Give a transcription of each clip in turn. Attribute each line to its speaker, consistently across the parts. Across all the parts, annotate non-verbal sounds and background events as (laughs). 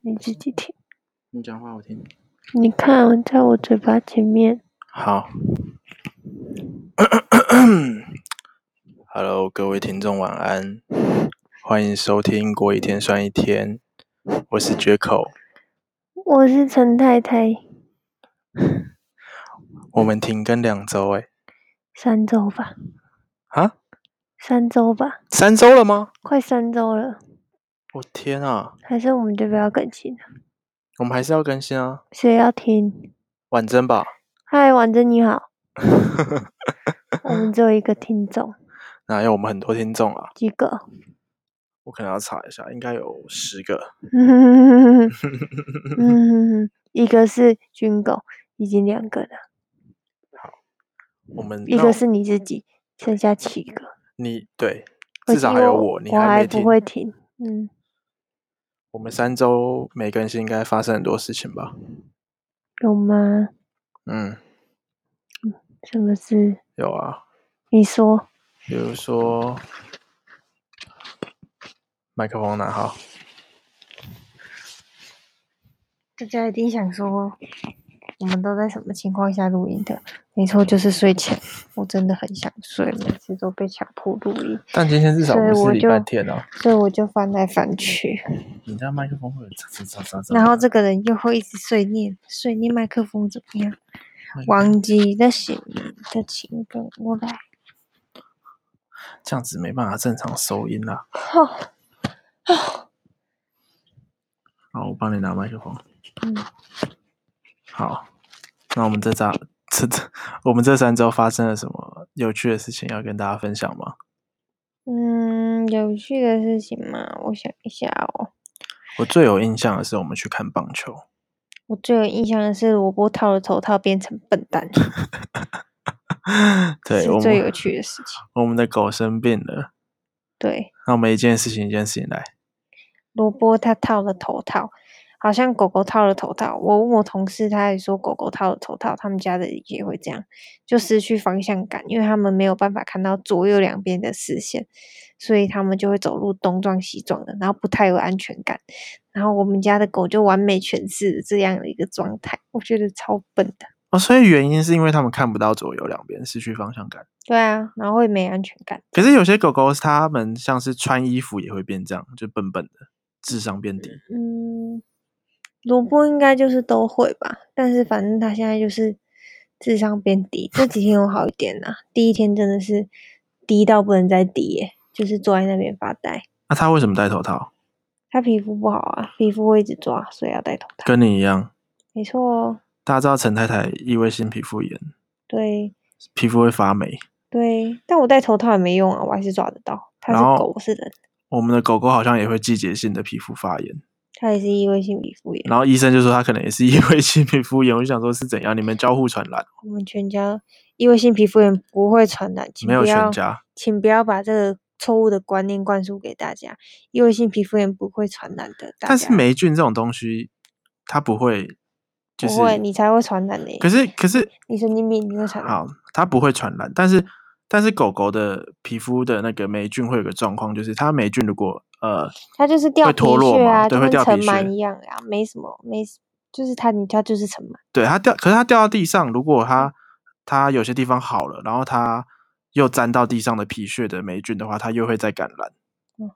Speaker 1: 你自己听。
Speaker 2: 你讲话我听。
Speaker 1: 你看，啊在我嘴巴前面。
Speaker 2: 好 (coughs) ，Hello，各位听众，晚安，欢迎收听《过一天算一天》，我是绝口。
Speaker 1: 我是陈太太，
Speaker 2: 我们停更两周，哎，
Speaker 1: 三周吧，
Speaker 2: 啊，
Speaker 1: 三周吧，
Speaker 2: 三周了吗？
Speaker 1: 快三周了，
Speaker 2: 我天啊，
Speaker 1: 还是我们就不要更新了。
Speaker 2: 我们还是要更新啊，
Speaker 1: 谁要听？
Speaker 2: 婉珍吧。 (laughs)
Speaker 1: 嗨，婉珍你好，我们只有一个听众，
Speaker 2: 那有我们很多听众啊，
Speaker 1: 几个？ (laughs)
Speaker 2: 我可能要查一下，应该有十个。 (laughs)
Speaker 1: 嗯，一个是军狗，已经两个了，
Speaker 2: 我们
Speaker 1: 一
Speaker 2: 那
Speaker 1: 个是你自己，剩下七个。
Speaker 2: 你对，
Speaker 1: 可
Speaker 2: 至少
Speaker 1: 惜
Speaker 2: 还有
Speaker 1: 我，
Speaker 2: 你
Speaker 1: 我
Speaker 2: 还没
Speaker 1: 还
Speaker 2: 听
Speaker 1: 不。会停。嗯，
Speaker 2: 我们三周没更新，应该发生很多事情吧？
Speaker 1: 有吗？
Speaker 2: 嗯，
Speaker 1: 什么事？
Speaker 2: 有啊，
Speaker 1: 你说。
Speaker 2: 比如说麦克风拿好，
Speaker 1: 大家一定想说，我们都在什么情况下录音的？没错，就是睡前。我真的很想睡，每次都被强迫录音，
Speaker 2: 但今天至少
Speaker 1: 所以
Speaker 2: 不
Speaker 1: 我
Speaker 2: 是礼拜
Speaker 1: 就
Speaker 2: 天啊。
Speaker 1: 所以我就翻来翻去。
Speaker 2: 你家麦克风会有喳喳喳喳喳，
Speaker 1: 然后这个人又会一直碎念，碎念麦克风怎么样？
Speaker 2: 麦克
Speaker 1: 忘记了写你的情歌，我来。
Speaker 2: 这样子没办法正常收音啊啦、
Speaker 1: 哦，
Speaker 2: 好，我帮你拿麦克风。
Speaker 1: 嗯，
Speaker 2: 好，那我们这张这这，我们这三周发生了什么有趣的事情要跟大家分享吗？
Speaker 1: 嗯，有趣的事情嘛，我想一下哦。
Speaker 2: 我最有印象的是我们去看棒球， (laughs)
Speaker 1: 我最有印象的是萝卜套了头套变成笨蛋，
Speaker 2: 对我
Speaker 1: 是最有
Speaker 2: 们
Speaker 1: 趣的事情。
Speaker 2: 我们的狗生病了，
Speaker 1: 对，
Speaker 2: 那我们一件事情一件事情来。
Speaker 1: 萝卜它套了头套，好像狗狗套了头套。我问我同事，他也说狗狗套了头套，他们家的也会这样，就失去方向感，因为他们没有办法看到左右两边的视线，所以他们就会走路东撞西撞的，然后不太有安全感。然后我们家的狗就完美诠释了这样的一个状态，我觉得超笨的。
Speaker 2: 哦，所以原因是因为他们看不到左右两边，失去方向感。
Speaker 1: 对啊，然后会没安全感。
Speaker 2: 可是有些狗狗，它们像是穿衣服也会变这样，就笨笨的，智商变低。
Speaker 1: 嗯，萝卜应该就是都会吧，但是反正他现在就是智商变低，这几天有好一点啦、第一天真的是低到不能再低耶、就是坐在那边发呆。
Speaker 2: 那它为什么戴头套？
Speaker 1: 他皮肤不好啊，皮肤会一直抓，所以要戴头套。
Speaker 2: 跟你一样，
Speaker 1: 没错哦，
Speaker 2: 大家知道陈太太异位性皮肤炎，
Speaker 1: 对
Speaker 2: 皮肤会发霉。
Speaker 1: 对，但我戴头套也没用啊，我还是抓得到。它是
Speaker 2: 然后
Speaker 1: 狗，我是人，
Speaker 2: 我们的狗狗好像也会季节性的皮肤发炎，
Speaker 1: 它也是异位性皮肤炎。
Speaker 2: 然后医生就说它可能也是异位性皮肤炎。我就想说是怎样，你们交互传染？
Speaker 1: 我们全家异位性皮肤炎不会传染，请
Speaker 2: 没有
Speaker 1: 不
Speaker 2: 全
Speaker 1: 要
Speaker 2: 家，
Speaker 1: 请不要把这个错误的观念灌输给大家。异位性皮肤炎不会传染的，大
Speaker 2: 但是
Speaker 1: 家
Speaker 2: 霉菌这种东西，它不会，就是
Speaker 1: 不会，你才会传染的、
Speaker 2: 可是可是
Speaker 1: 你神经病，你会传染。
Speaker 2: 好，它不会传染，但是但是狗狗的皮肤的那个霉菌会有个状况，就是它霉菌如果呃，
Speaker 1: 它就是掉
Speaker 2: 会
Speaker 1: 皮
Speaker 2: 脱落
Speaker 1: 屑
Speaker 2: 嘛
Speaker 1: 啊，
Speaker 2: 对，
Speaker 1: 就
Speaker 2: 会
Speaker 1: 跟
Speaker 2: 掉
Speaker 1: 尘
Speaker 2: 皮
Speaker 1: 螨
Speaker 2: 屑，
Speaker 1: 一样啊，没什么，没什就是它，你它就是尘螨。
Speaker 2: 对它掉，可是它掉到地上，如果它它有些地方好了，然后它又沾到地上的皮屑的霉菌的话，它又会再感染，
Speaker 1: 嗯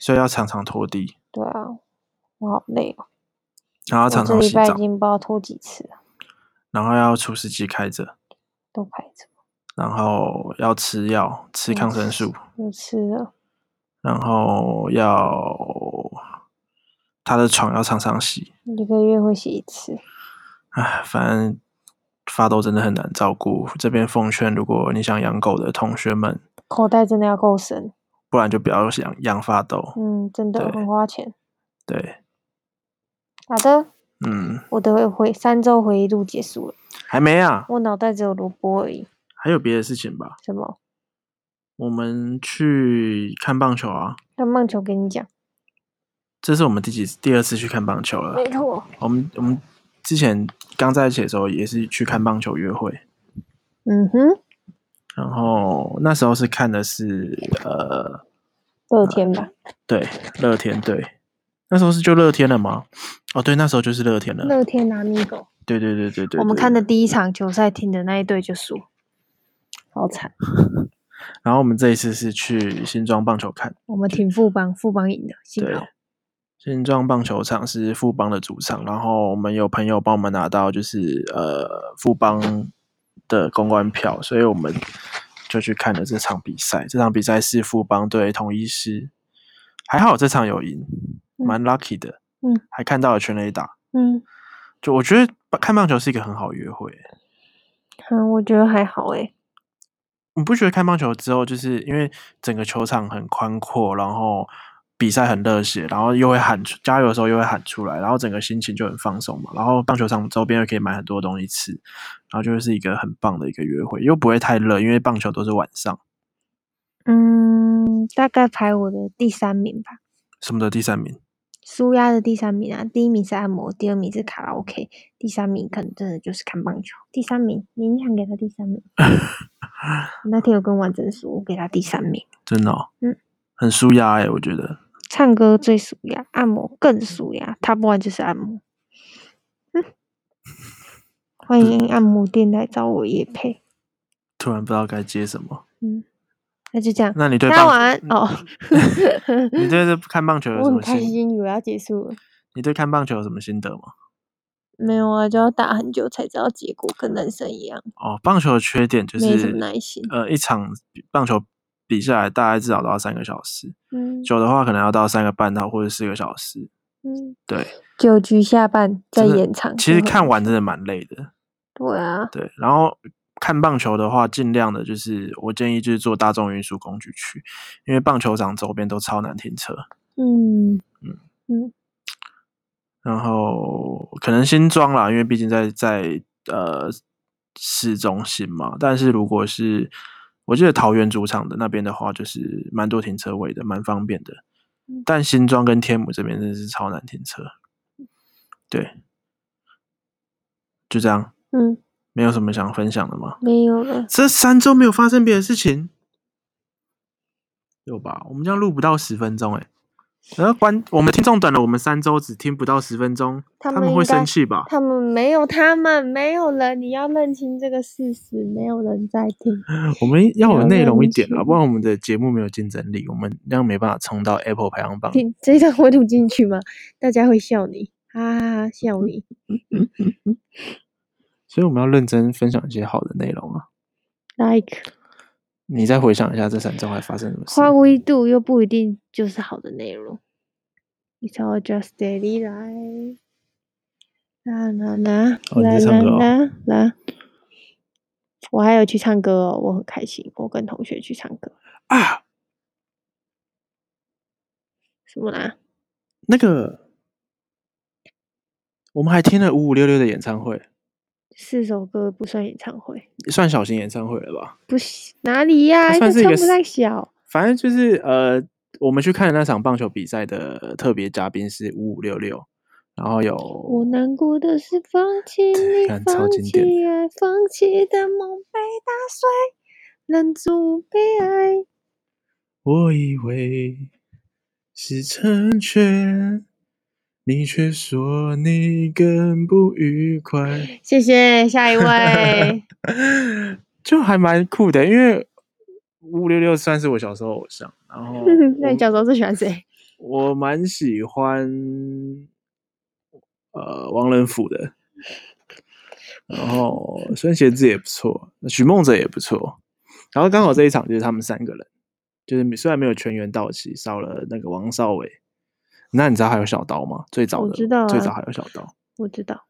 Speaker 2: 所以要常常拖地，
Speaker 1: 对啊，我好累哦，
Speaker 2: 然后
Speaker 1: 我
Speaker 2: 常
Speaker 1: 这
Speaker 2: 常
Speaker 1: 礼
Speaker 2: 洗
Speaker 1: 拜已
Speaker 2: 澡，
Speaker 1: 经不知道拖几次了，
Speaker 2: 然后要除湿机开着，
Speaker 1: 都排着，
Speaker 2: 然后要吃药，吃
Speaker 1: 嗯
Speaker 2: 抗生素，
Speaker 1: 又吃了，
Speaker 2: 然后要它的床要常常洗。
Speaker 1: 一个月会洗一次。
Speaker 2: 唉，反正发豆真的很难照顾。这边奉劝，如果你想养狗的同学们，
Speaker 1: 口袋真的要够深，
Speaker 2: 不然就不要养养发豆。
Speaker 1: 嗯，真的
Speaker 2: 对
Speaker 1: 很花钱。
Speaker 2: 对，
Speaker 1: 好的，
Speaker 2: 嗯，
Speaker 1: 我的回三周回忆录结束了，
Speaker 2: 还没啊，
Speaker 1: 我脑袋只有萝卜而已。
Speaker 2: 还有别的事情吧？
Speaker 1: 什么？
Speaker 2: 我们去看棒球啊，
Speaker 1: 那棒球跟你讲，
Speaker 2: 这是我们第几第二次去看棒球了。
Speaker 1: 错。
Speaker 2: 我们我们之前刚在一起的时候也是去看棒球约会，
Speaker 1: 嗯哼，
Speaker 2: 然后那时候是看的是呃，
Speaker 1: 乐天吧。
Speaker 2: 对，乐天队，那时候是就乐天了吗？哦，对，那时候就是乐天了。
Speaker 1: 乐天拿米狗，
Speaker 2: 对对对嗯对对，
Speaker 1: 我们
Speaker 2: 对
Speaker 1: 看的第一场球赛，听的那一队就输，好惨。
Speaker 2: 然后我们这一次是去新庄棒球看，
Speaker 1: 我们挺富邦，富邦赢的，幸
Speaker 2: 对
Speaker 1: 好。
Speaker 2: 新庄棒球场是富邦的主场，然后我们有朋友帮我们拿到就是呃富邦的公关票，所以我们就去看了这场比赛。这场比赛是富邦对统一师，还好这场有赢，
Speaker 1: 嗯
Speaker 2: 蛮 lucky 的。
Speaker 1: 嗯，
Speaker 2: 还看到了全垒打，
Speaker 1: 嗯，
Speaker 2: 就我觉得看棒球是一个很好约会。
Speaker 1: 嗯，我觉得还好诶、
Speaker 2: 你不觉得看棒球之后，就是因为整个球场很宽阔，然后比赛很热血，然后又会喊出加油的时候又会喊出来，然后整个心情就很放松嘛。然后棒球场周边又可以买很多东西吃，然后就是一个很棒的一个约会，又不会太热，因为棒球都是晚上。
Speaker 1: 嗯，大概排我的第三名吧，
Speaker 2: 什么的第三名，
Speaker 1: 舒压的第三名啊，第一名是按摩，第二名是卡拉 OK，第三名可能真的就是看棒球，第三名勉强给他第
Speaker 2: (laughs)
Speaker 1: 三名。我那天有跟婉珍说，我给他第三名。
Speaker 2: 真的、哦，
Speaker 1: 嗯，
Speaker 2: 很舒压哎、我觉得。
Speaker 1: 唱歌最舒压，按摩更舒压，他不然就是按摩。嗯，嗯欢迎按摩电台找我夜配。
Speaker 2: 突然不知道该接什么，
Speaker 1: 嗯，那就这样，
Speaker 2: 那你对
Speaker 1: 大家晚安
Speaker 2: 棒，嗯
Speaker 1: 哦。 (laughs) 嗯
Speaker 2: 你对这看棒球有
Speaker 1: 我
Speaker 2: 什
Speaker 1: 很
Speaker 2: 么
Speaker 1: 开
Speaker 2: 心？
Speaker 1: 心，以为要结束了。
Speaker 2: 你对看棒球有什么心得吗？
Speaker 1: 没有啊，就要打很久才知道结果，跟人生一样，
Speaker 2: 哦，棒球的缺点就是
Speaker 1: 没什么耐心。
Speaker 2: 呃，一场棒球比下来大概至少都要三个小时，
Speaker 1: 嗯
Speaker 2: 久的话可能要到三个半到或者四个小时。
Speaker 1: 嗯，
Speaker 2: 对，
Speaker 1: 九局下半再
Speaker 2: 真的
Speaker 1: 延长。
Speaker 2: 其实看完真的蛮累的。
Speaker 1: 对啊，
Speaker 2: 对，然后看棒球的话，尽量的就是我建议就是坐大众运输工具去，因为棒球场周边都超难停车。
Speaker 1: 嗯嗯
Speaker 2: 然后可能新庄啦，因为毕竟在在呃市中心嘛。但是如果是我记得桃园主场的那边的话，就是蛮多停车位的，蛮方便的
Speaker 1: 嗯。
Speaker 2: 但新庄跟天母这边真的是超难停车。对，就这样，
Speaker 1: 嗯，
Speaker 2: 没有什么想分享的吗？
Speaker 1: 没有了。
Speaker 2: 这三周没有发生别的事情，有吧？我们这样录不到十分钟、欸，哎，然后关我们听众等了我们三周，只听不到十分钟，
Speaker 1: 他
Speaker 2: 他
Speaker 1: 们
Speaker 2: 们会
Speaker 1: 应该
Speaker 2: 生气吧？
Speaker 1: 他们没有，他们没有人，你要认清这个事实，没有人在听。
Speaker 2: 我们要有
Speaker 1: 有
Speaker 2: 内容一
Speaker 1: 人
Speaker 2: 点啊，
Speaker 1: 气
Speaker 2: 不然我们的节目没有竞争力，我们那样没办法冲到 Apple 排行榜。
Speaker 1: 你这一段会录进去吗？大家会笑你，哈哈哈，笑你。
Speaker 2: 所以我们要认真分享一些好的内容啊！
Speaker 1: Like
Speaker 2: 你再回想一下这三周还发生什么事？
Speaker 1: 花微度又不一定就是好的内容。It's all just daily life。啦啦啦
Speaker 2: 哦你
Speaker 1: 啦
Speaker 2: 在唱
Speaker 1: 啦
Speaker 2: 歌哦
Speaker 1: 啦啦！我还有去唱歌哦，我很开心。我跟同学去唱歌，
Speaker 2: 啊，
Speaker 1: 什么啦？
Speaker 2: 那个，我们还听了五五六六的演唱会，
Speaker 1: 四首歌不算演唱会，
Speaker 2: 算小型演唱会了吧？
Speaker 1: 不行，哪里呀、
Speaker 2: 它
Speaker 1: 这
Speaker 2: 算是一
Speaker 1: 唱
Speaker 2: 个
Speaker 1: 不太小。
Speaker 2: 反正就是呃，我们去看的那场棒球比赛的特别嘉宾是五五六六，然后有
Speaker 1: 我难过的是放弃
Speaker 2: (laughs)
Speaker 1: 你，
Speaker 2: 看超
Speaker 1: 放
Speaker 2: 经典
Speaker 1: 弃爱，放弃的梦被打碎，忍住悲哀。
Speaker 2: 我以为是成全，你却说你更不愉快，
Speaker 1: 谢谢，下一
Speaker 2: (laughs)
Speaker 1: 位。
Speaker 2: 就还蛮酷的。因为五六六算是我小时候偶像，然后
Speaker 1: (laughs) 那你小时候最喜欢谁？
Speaker 2: (laughs) 我蛮喜欢呃王仁甫的，然后孙协志也不错，许梦哲也不错，然后刚好这一场就是他们三个人，就是虽然没有全员到齐，少了那个王少伟，那你知道还有小刀吗？最早
Speaker 1: 我
Speaker 2: 的
Speaker 1: 知道
Speaker 2: 最
Speaker 1: 啊
Speaker 2: 早还有小刀，
Speaker 1: 我知道，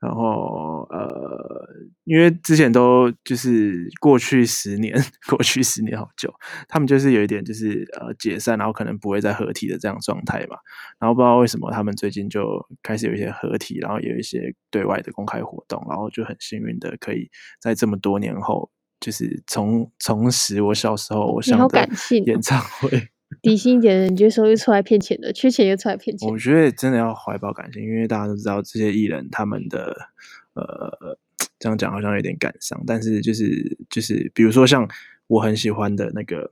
Speaker 2: 然后呃，因为之前都就是过去十年， (laughs) 过去十年好久，他们就是有一点就是呃解散，然后可能不会再合体的这样状态嘛。然后不知道为什么他们最近就开始有一些合体，然后有一些对外的公开活动，然后就很幸运的可以在这么多年后，就是重重拾我小时候偶
Speaker 1: 你
Speaker 2: 像
Speaker 1: 好
Speaker 2: 的
Speaker 1: 感性哦
Speaker 2: 演。唱会。
Speaker 1: 理性一点的人，你觉得说又出来骗钱的，缺钱又出来骗钱
Speaker 2: 我。觉得真的要怀抱感情，因为大家都知道这些艺人他们的呃，这样讲好像有点感伤，但是就是就是，比如说像我很喜欢的那个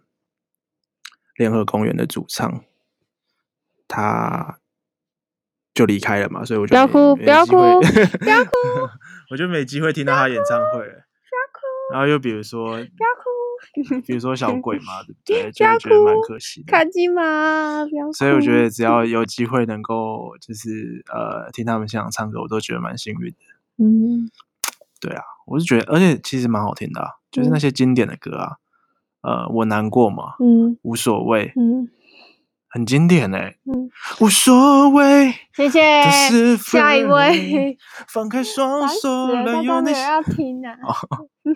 Speaker 2: 联合公园的主唱，他就离开了嘛，所以我就
Speaker 1: 不要
Speaker 2: 没
Speaker 1: 哭
Speaker 2: 没
Speaker 1: 不要
Speaker 2: 机会
Speaker 1: 哭
Speaker 2: (laughs)
Speaker 1: 不要哭
Speaker 2: 我就没机会听到他演唱会了。然后又比如说，
Speaker 1: 不要哭，
Speaker 2: 比如说小鬼
Speaker 1: (laughs)
Speaker 2: 嘛，对不对？
Speaker 1: 不
Speaker 2: 就
Speaker 1: 要
Speaker 2: 会觉得蛮
Speaker 1: 哭
Speaker 2: 可惜的。
Speaker 1: 卡基玛，不要哭。
Speaker 2: 所以我觉得只要有机会能够就是呃听他们现场唱歌，我都觉得蛮幸运的。啊
Speaker 1: 嗯，
Speaker 2: 我是觉得，而且其实蛮好听的、啊，就是那
Speaker 1: 嗯
Speaker 2: 些经典的歌啊，呃，我难过嘛，
Speaker 1: 嗯
Speaker 2: 无所谓，
Speaker 1: 嗯
Speaker 2: 很经典哎、
Speaker 1: 嗯，
Speaker 2: 无所谓
Speaker 1: 谢谢
Speaker 2: 的是。非
Speaker 1: 下一位， (laughs)
Speaker 2: 放开双
Speaker 1: 烦
Speaker 2: 手
Speaker 1: 死了，
Speaker 2: 任
Speaker 1: 大
Speaker 2: 由
Speaker 1: 家没
Speaker 2: 你
Speaker 1: 有要听
Speaker 2: (laughs)
Speaker 1: 啊， (laughs)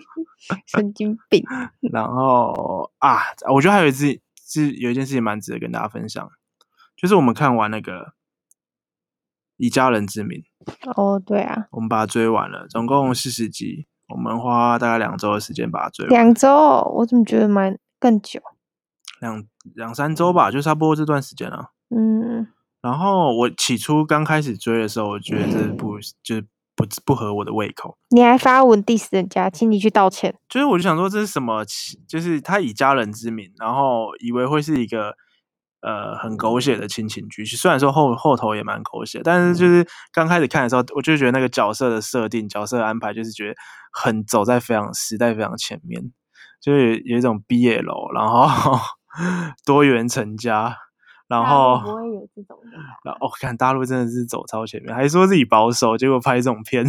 Speaker 1: 神经病。
Speaker 2: 然后啊，我觉得还有一次是有一件事情蛮值得跟大家分享，就是我们看完那个《以家人之名》，
Speaker 1: 哦，对啊，
Speaker 2: 我们把它追完了，总共四十集，我们花大概两周的时间把它追完，
Speaker 1: 两周哦，我怎么觉得蛮更久？
Speaker 2: 两两三周吧，就差不多这段时间了。
Speaker 1: 嗯
Speaker 2: 然后我起初刚开始追的时候，我觉得这部就是不不合我的胃口，，
Speaker 1: 你还发文 diss 人家，请你去道歉。
Speaker 2: 就是我就想说这是什么奇，就是他以家人之名，然后以为会是一个呃很狗血的亲情剧，虽然说后后头也蛮狗血，但是就是刚开始看的时候，我就觉得那个角色的设定、角色安排，就是觉得很走在非常时代非常前面，就是有有一种毕业楼，然后 (laughs) 多元成家，然后
Speaker 1: 不会有这种的吧？
Speaker 2: 然后我哦看、大陆真的是走超前面，还说自己保守，结果拍这种片，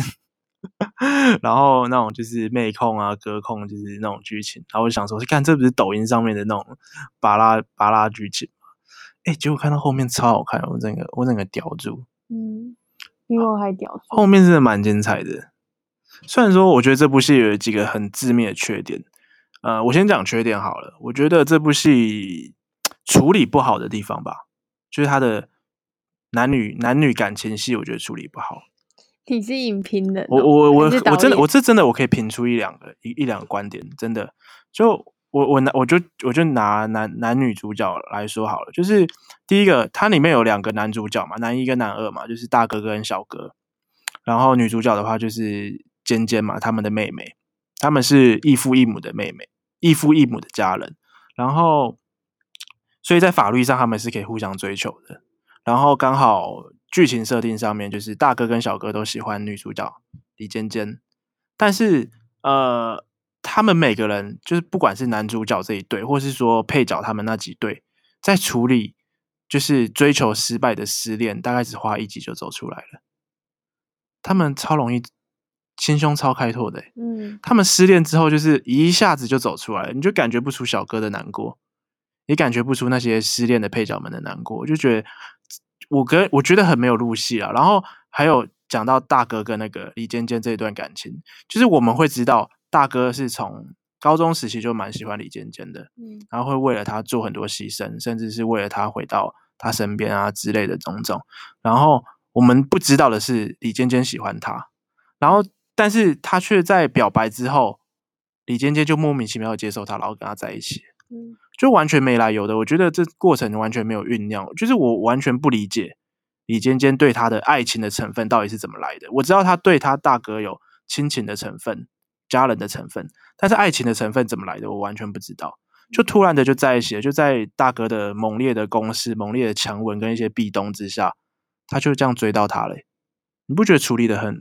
Speaker 2: (laughs) 然后那种就是妹控啊、歌控，就是那种剧情。然后我就想说，看这不是抖音上面的那种巴拉巴拉剧情吗？哎，结果看到后面超好看，我整个我整个屌住，啊
Speaker 1: 嗯，比我还屌丝。
Speaker 2: 后面真的蛮精彩的。虽然说我觉得这部戏有几个很致命的缺点，呃，我先讲缺点好了。我觉得这部戏处理不好的地方吧，就是它的男女男女感情戏，我觉得处理不好。
Speaker 1: 你是影评人哦、
Speaker 2: 我我我
Speaker 1: 还是
Speaker 2: 我
Speaker 1: 导
Speaker 2: 真的
Speaker 1: 演
Speaker 2: 我这真的我可以品出一两个一一两个观点，真的就我我拿我就我就拿男男女主角来说好了，就是第一个它里面有两个男主角嘛，男一跟男二嘛，就是大哥哥跟小哥，然后女主角的话就是尖尖嘛，他们的妹妹，他们是异父异母的妹妹，异父异母的家人，然后所以在法律上他们是可以互相追求的，然后刚好剧情设定上面，就是大哥跟小哥都喜欢女主角李尖尖，但是呃，他们每个人就是不管是男主角这一对，或是说配角他们那几对，在处理就是追求失败的失恋，大概只花一集就走出来了。他们超容易心胸超开拓的欸、
Speaker 1: 嗯
Speaker 2: 他们失恋之后，就是一下子就走出来了，你就感觉不出小哥的难过，也感觉不出那些失恋的配角们的难过，我就觉得我跟我觉得很没有入戏啊。然后还有讲到大哥跟那个李尖尖这一段感情，就是我们会知道大哥是从高中时期就蛮喜欢李尖尖的，
Speaker 1: 嗯
Speaker 2: 然后会为了他做很多牺牲，甚至是为了他回到他身边啊之类的种种。然后我们不知道的是，李尖尖喜欢他，然后但是他却在表白之后，李尖尖就莫名其妙地接受他，然后跟他在一起，
Speaker 1: 嗯
Speaker 2: 就完全没来由的。我觉得这过程完全没有酝酿，就是我完全不理解李尖尖对他的爱情的成分到底是怎么来的。我知道他对他大哥有亲情的成分、家人的成分，但是爱情的成分怎么来的，我完全不知道。就突然的就在一起了，就在大哥的猛烈的攻势、猛烈的强吻跟一些壁咚之下，他就这样追到他嘞、你不觉得处理的很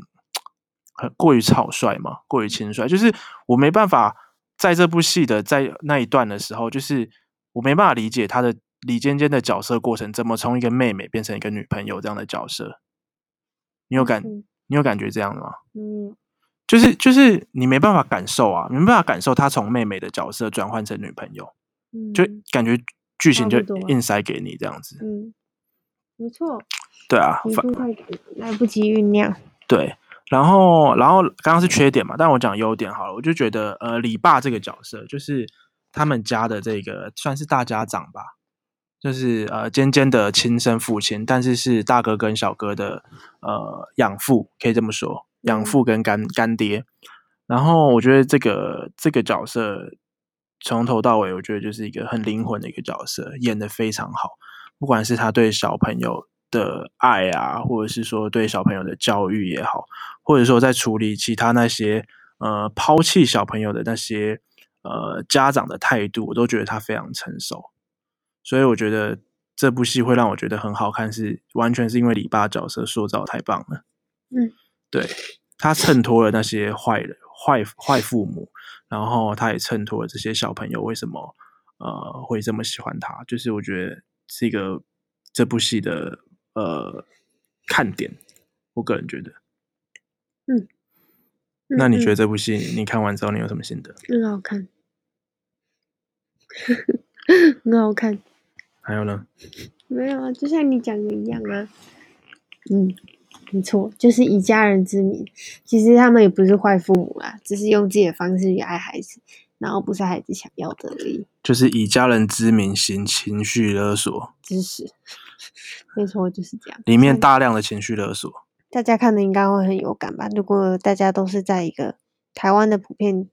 Speaker 2: 很过于草率吗？过于轻率，就是我没办法在这部戏的在那一段的时候，就是我没办法理解他的李尖尖的角色过程，怎么从一个妹妹变成一个女朋友这样的角色。你有感，
Speaker 1: 嗯
Speaker 2: 你有感觉这样的吗？
Speaker 1: 嗯
Speaker 2: 就是就是你没办法感受啊，你没办法感受她从妹妹的角色转换成女朋友，
Speaker 1: 嗯，
Speaker 2: 就感觉剧情就
Speaker 1: 差不多
Speaker 2: 硬塞给你这样子。
Speaker 1: 嗯，没错，
Speaker 2: 对啊，
Speaker 1: 一
Speaker 2: 反
Speaker 1: 度快来不及酝酿。
Speaker 2: 对，然后然后刚刚是缺点嘛，但我讲优点好了，我就觉得呃，李爸这个角色就是他们家的这个算是大家长吧，就是呃尖尖的亲生父亲，但是是大哥跟小哥的呃养父，可以这么说，养
Speaker 1: 嗯
Speaker 2: 父跟干干爹。然后我觉得这个这个角色从头到尾，我觉得就是一个很灵魂的一个角色，演的非常好。不管是他对小朋友的爱啊，或者是说对小朋友的教育也好，或者说在处理其他那些呃抛弃小朋友的那些呃家长的态度，我都觉得他非常成熟。所以我觉得这部戏会让我觉得很好看，是完全是因为李爸角色塑造太棒了。
Speaker 1: 嗯，
Speaker 2: 对他衬托了那些坏人、坏坏父母，然后他也衬托了这些小朋友为什么呃会这么喜欢他，就是我觉得是一个这部戏的呃看点，我个人觉得。那你觉得这部戏你看完之后你有什么心得？
Speaker 1: 嗯很好看？ (laughs) 很好看，
Speaker 2: 还有呢？
Speaker 1: 没有啊，就像你讲的一样啊。嗯，没错，就是以家人之名。其实他们也不是坏父母啦，只是用自己的方式去爱孩子，然后不是孩子想要的而已。
Speaker 2: 就是以家人之名行情绪勒索，
Speaker 1: 知识， (laughs) 没错，就是这样。
Speaker 2: 里面大量的情绪勒索。
Speaker 1: 大家看的应该会很有感吧？如果大家都是在一个台湾的普遍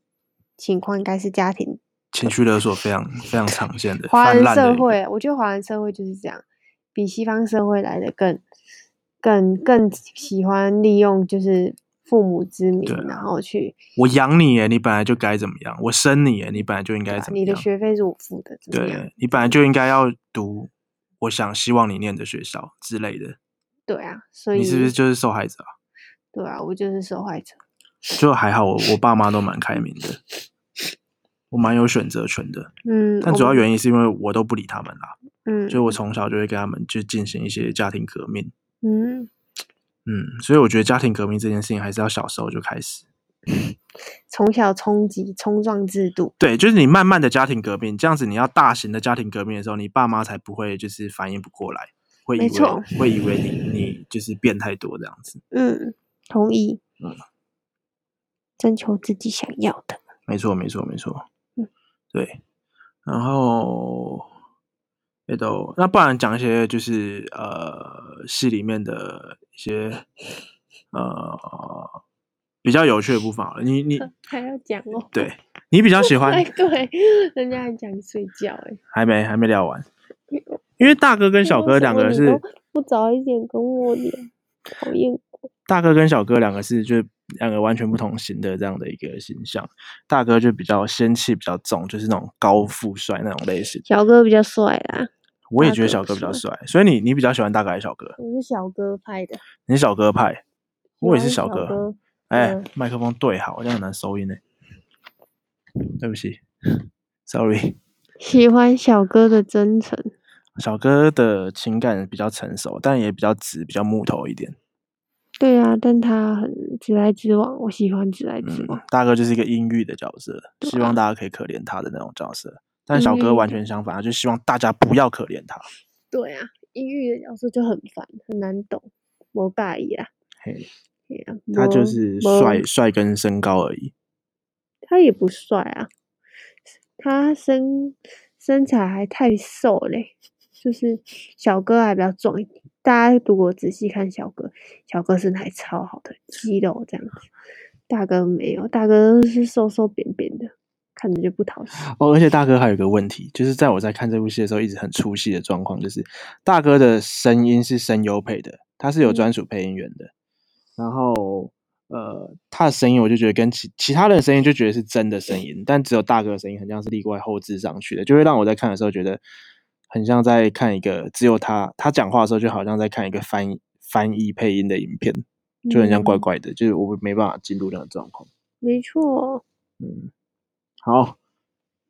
Speaker 1: 情况，应该是家庭
Speaker 2: 情绪勒索非常
Speaker 1: (laughs)
Speaker 2: 非常常见的，
Speaker 1: 华
Speaker 2: 泛
Speaker 1: 人
Speaker 2: 滥的
Speaker 1: 社
Speaker 2: 一个
Speaker 1: 会，我觉得华人社会就是这样，比西方社会来的更、更、更喜欢利用就是父母之名
Speaker 2: 对啊，
Speaker 1: 然后去
Speaker 2: 我养你耶，你本来就该怎么样；我生你耶，你本来就应该
Speaker 1: 把
Speaker 2: 怎
Speaker 1: 啊
Speaker 2: 么
Speaker 1: 你的
Speaker 2: 样。
Speaker 1: 学费是我付的，怎么样？
Speaker 2: 对你本来就应该要读，我想希望你念的学校之类的。
Speaker 1: 对啊，所以
Speaker 2: 你是不是就是受害者啊？
Speaker 1: 对啊，我就是受害者。
Speaker 2: 就还好我，我爸妈都蛮开明的，我蛮有选择权的。
Speaker 1: 嗯，
Speaker 2: 但
Speaker 1: 我
Speaker 2: 主要
Speaker 1: 们
Speaker 2: 原因是因为我都不理他们啦，
Speaker 1: 嗯，
Speaker 2: 就我从小就会跟他们就进行一些家庭革命。
Speaker 1: 嗯，
Speaker 2: 嗯，所以我觉得家庭革命这件事情还是要小时候就开始。
Speaker 1: 从小冲击冲撞制度，
Speaker 2: 对，就是你慢慢的家庭革命，这样子你要大型的家庭革命的时候，你爸妈才不会就是反应不过来，会以
Speaker 1: 没错
Speaker 2: 为会以为你你就是变太多这样子。
Speaker 1: 嗯，同意，
Speaker 2: 嗯，
Speaker 1: 征求自己想要的，
Speaker 2: 没错，没错，没错
Speaker 1: 嗯。
Speaker 2: 对，然后也都那不然讲一些就是呃戏里面的一些呃比较有趣的部分好了。你你
Speaker 1: (laughs) 还要讲哦，
Speaker 2: 对你比较喜欢
Speaker 3: 嗯
Speaker 1: (laughs)
Speaker 3: 哎，对，人家还讲睡觉、
Speaker 1: 欸
Speaker 3: 哎，
Speaker 2: 还没还没聊完，因为大哥跟小哥两个人
Speaker 3: 为什
Speaker 2: 是
Speaker 3: 么。嗯你哦都不早一点跟我聊，讨厌。
Speaker 2: 大哥跟小哥两个是就是两个完全不同型的这样的一个形象。大哥就比较仙气比较重，就是那种高富帅那种类型。
Speaker 3: 小哥比较帅啦，
Speaker 2: 我也
Speaker 3: 大
Speaker 2: 觉得
Speaker 3: 哥
Speaker 2: 小
Speaker 3: 不
Speaker 2: 哥比较
Speaker 3: 错
Speaker 2: 帅，所以你你比较喜欢大哥还是小哥？
Speaker 3: 我是小哥派的。
Speaker 2: 你是小哥派，我也是
Speaker 1: 啊
Speaker 3: 喜欢
Speaker 2: 哥。
Speaker 3: 哥，
Speaker 2: 哎
Speaker 3: 嗯，
Speaker 2: 麦克风对好，这样很难收音呢、对不起，sorry。 (laughs)
Speaker 3: 喜欢小哥的真诚。
Speaker 2: 小哥的情感比较成熟，但也比较直，比较木头一点。
Speaker 3: 对啊，但他很直来直往，我喜欢直来直
Speaker 2: 嗯
Speaker 3: 往。，
Speaker 2: 大哥就是一个阴郁的角色，
Speaker 3: 对
Speaker 2: 希望
Speaker 3: 啊
Speaker 2: 大家可以可怜他的那种角色。但小
Speaker 3: 阴
Speaker 2: 哥
Speaker 3: 郁
Speaker 2: 完全相反，他就希望大家不要可怜他。
Speaker 3: 对啊，抑郁的角色就很烦，很难懂，我大意啦。
Speaker 2: 嘿，
Speaker 3: 嘿啊
Speaker 2: 他
Speaker 1: 嗯
Speaker 2: 就
Speaker 3: 没
Speaker 2: 是
Speaker 3: 没
Speaker 2: 帅帅跟身高而已。
Speaker 3: 他也不帅啊，他身身材还太瘦嘞，就是小哥还比较壮一点。大家如果仔细看小哥，小哥身材超好的，肌肉这样子。大哥没有，大哥是瘦瘦扁扁的，看着就不讨喜。
Speaker 2: 哦，而且大哥还有一个问题，就是在我在看这部戏的时候，一直很出戏的状况，就是大哥的声音是声优配的，他是有
Speaker 3: 嗯
Speaker 2: 专属配音员的。然后，呃，他的声音我就觉得跟其其他人的声音就觉得是真的声音，但只有大哥的声音很像是另外后置上去的，就会让我在看的时候觉得很像在看一个只有他他讲话的时候，就好像在看一个翻译翻译配音的影片， (sniffs) 就很像怪
Speaker 3: 嗯
Speaker 2: 怪的，就是我没办法进入那个状况。
Speaker 3: 没错，
Speaker 2: 嗯，好，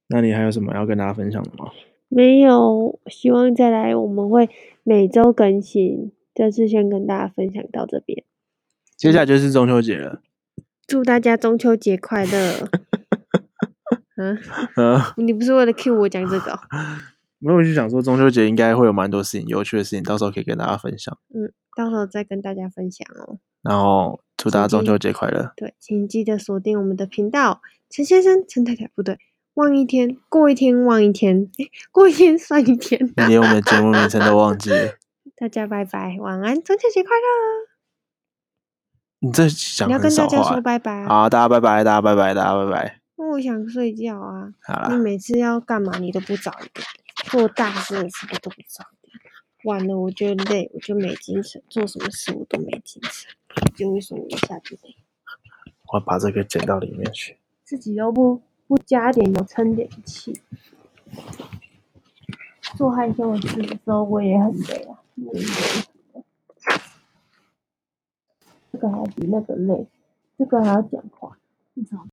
Speaker 2: 那你还有什么要跟大家分享的吗？
Speaker 3: 没有。希望再来我们会每周更新，这次先跟大家分享到这边。
Speaker 2: 接下来就是中秋节了，
Speaker 3: 祝大家中秋节快
Speaker 2: (laughs)
Speaker 3: 乐！ (laughs) 嗯、
Speaker 2: 呃，
Speaker 3: 你不是为了 cue 我讲这个哦、
Speaker 2: 没有我就想说中秋节应该会有蛮多事情，有趣的事情，到时候可以跟大家分享。
Speaker 3: 到时候再跟大家分享哦。
Speaker 2: 然后祝大家中
Speaker 3: 请
Speaker 2: 秋
Speaker 3: 记
Speaker 2: 节快
Speaker 3: (laughs)
Speaker 2: 乐，
Speaker 3: 对，请记得锁定我们的频道，哦陈先生、陈太太，不对，望一天过一天，望一天， (laughs) 诶过一天算一天。
Speaker 2: 你连我们的节目名称都忘记了，
Speaker 3: 大家拜拜，晚安，中秋节快乐！哦
Speaker 2: 你这讲
Speaker 3: 你要
Speaker 2: 很
Speaker 3: 跟
Speaker 2: 少
Speaker 3: 大家
Speaker 2: 话
Speaker 3: 说。拜拜啊，
Speaker 2: 好，大家拜拜，大家拜拜，大家拜拜。
Speaker 3: 我想睡觉啊。
Speaker 2: 好
Speaker 3: 你
Speaker 2: 啦，
Speaker 3: 每次要干嘛，你都不早一点，做大事的时候都不早一点。晚了我就累，我就没精神，做什么事我都没精神，就为什么我下次累？
Speaker 2: 我把这个剪到里面去。
Speaker 3: 自己都不不加点油撑点气。
Speaker 1: 做害羞的事的时候，我也很累啊。我也觉得这个还比那个累，这个还要讲话，至少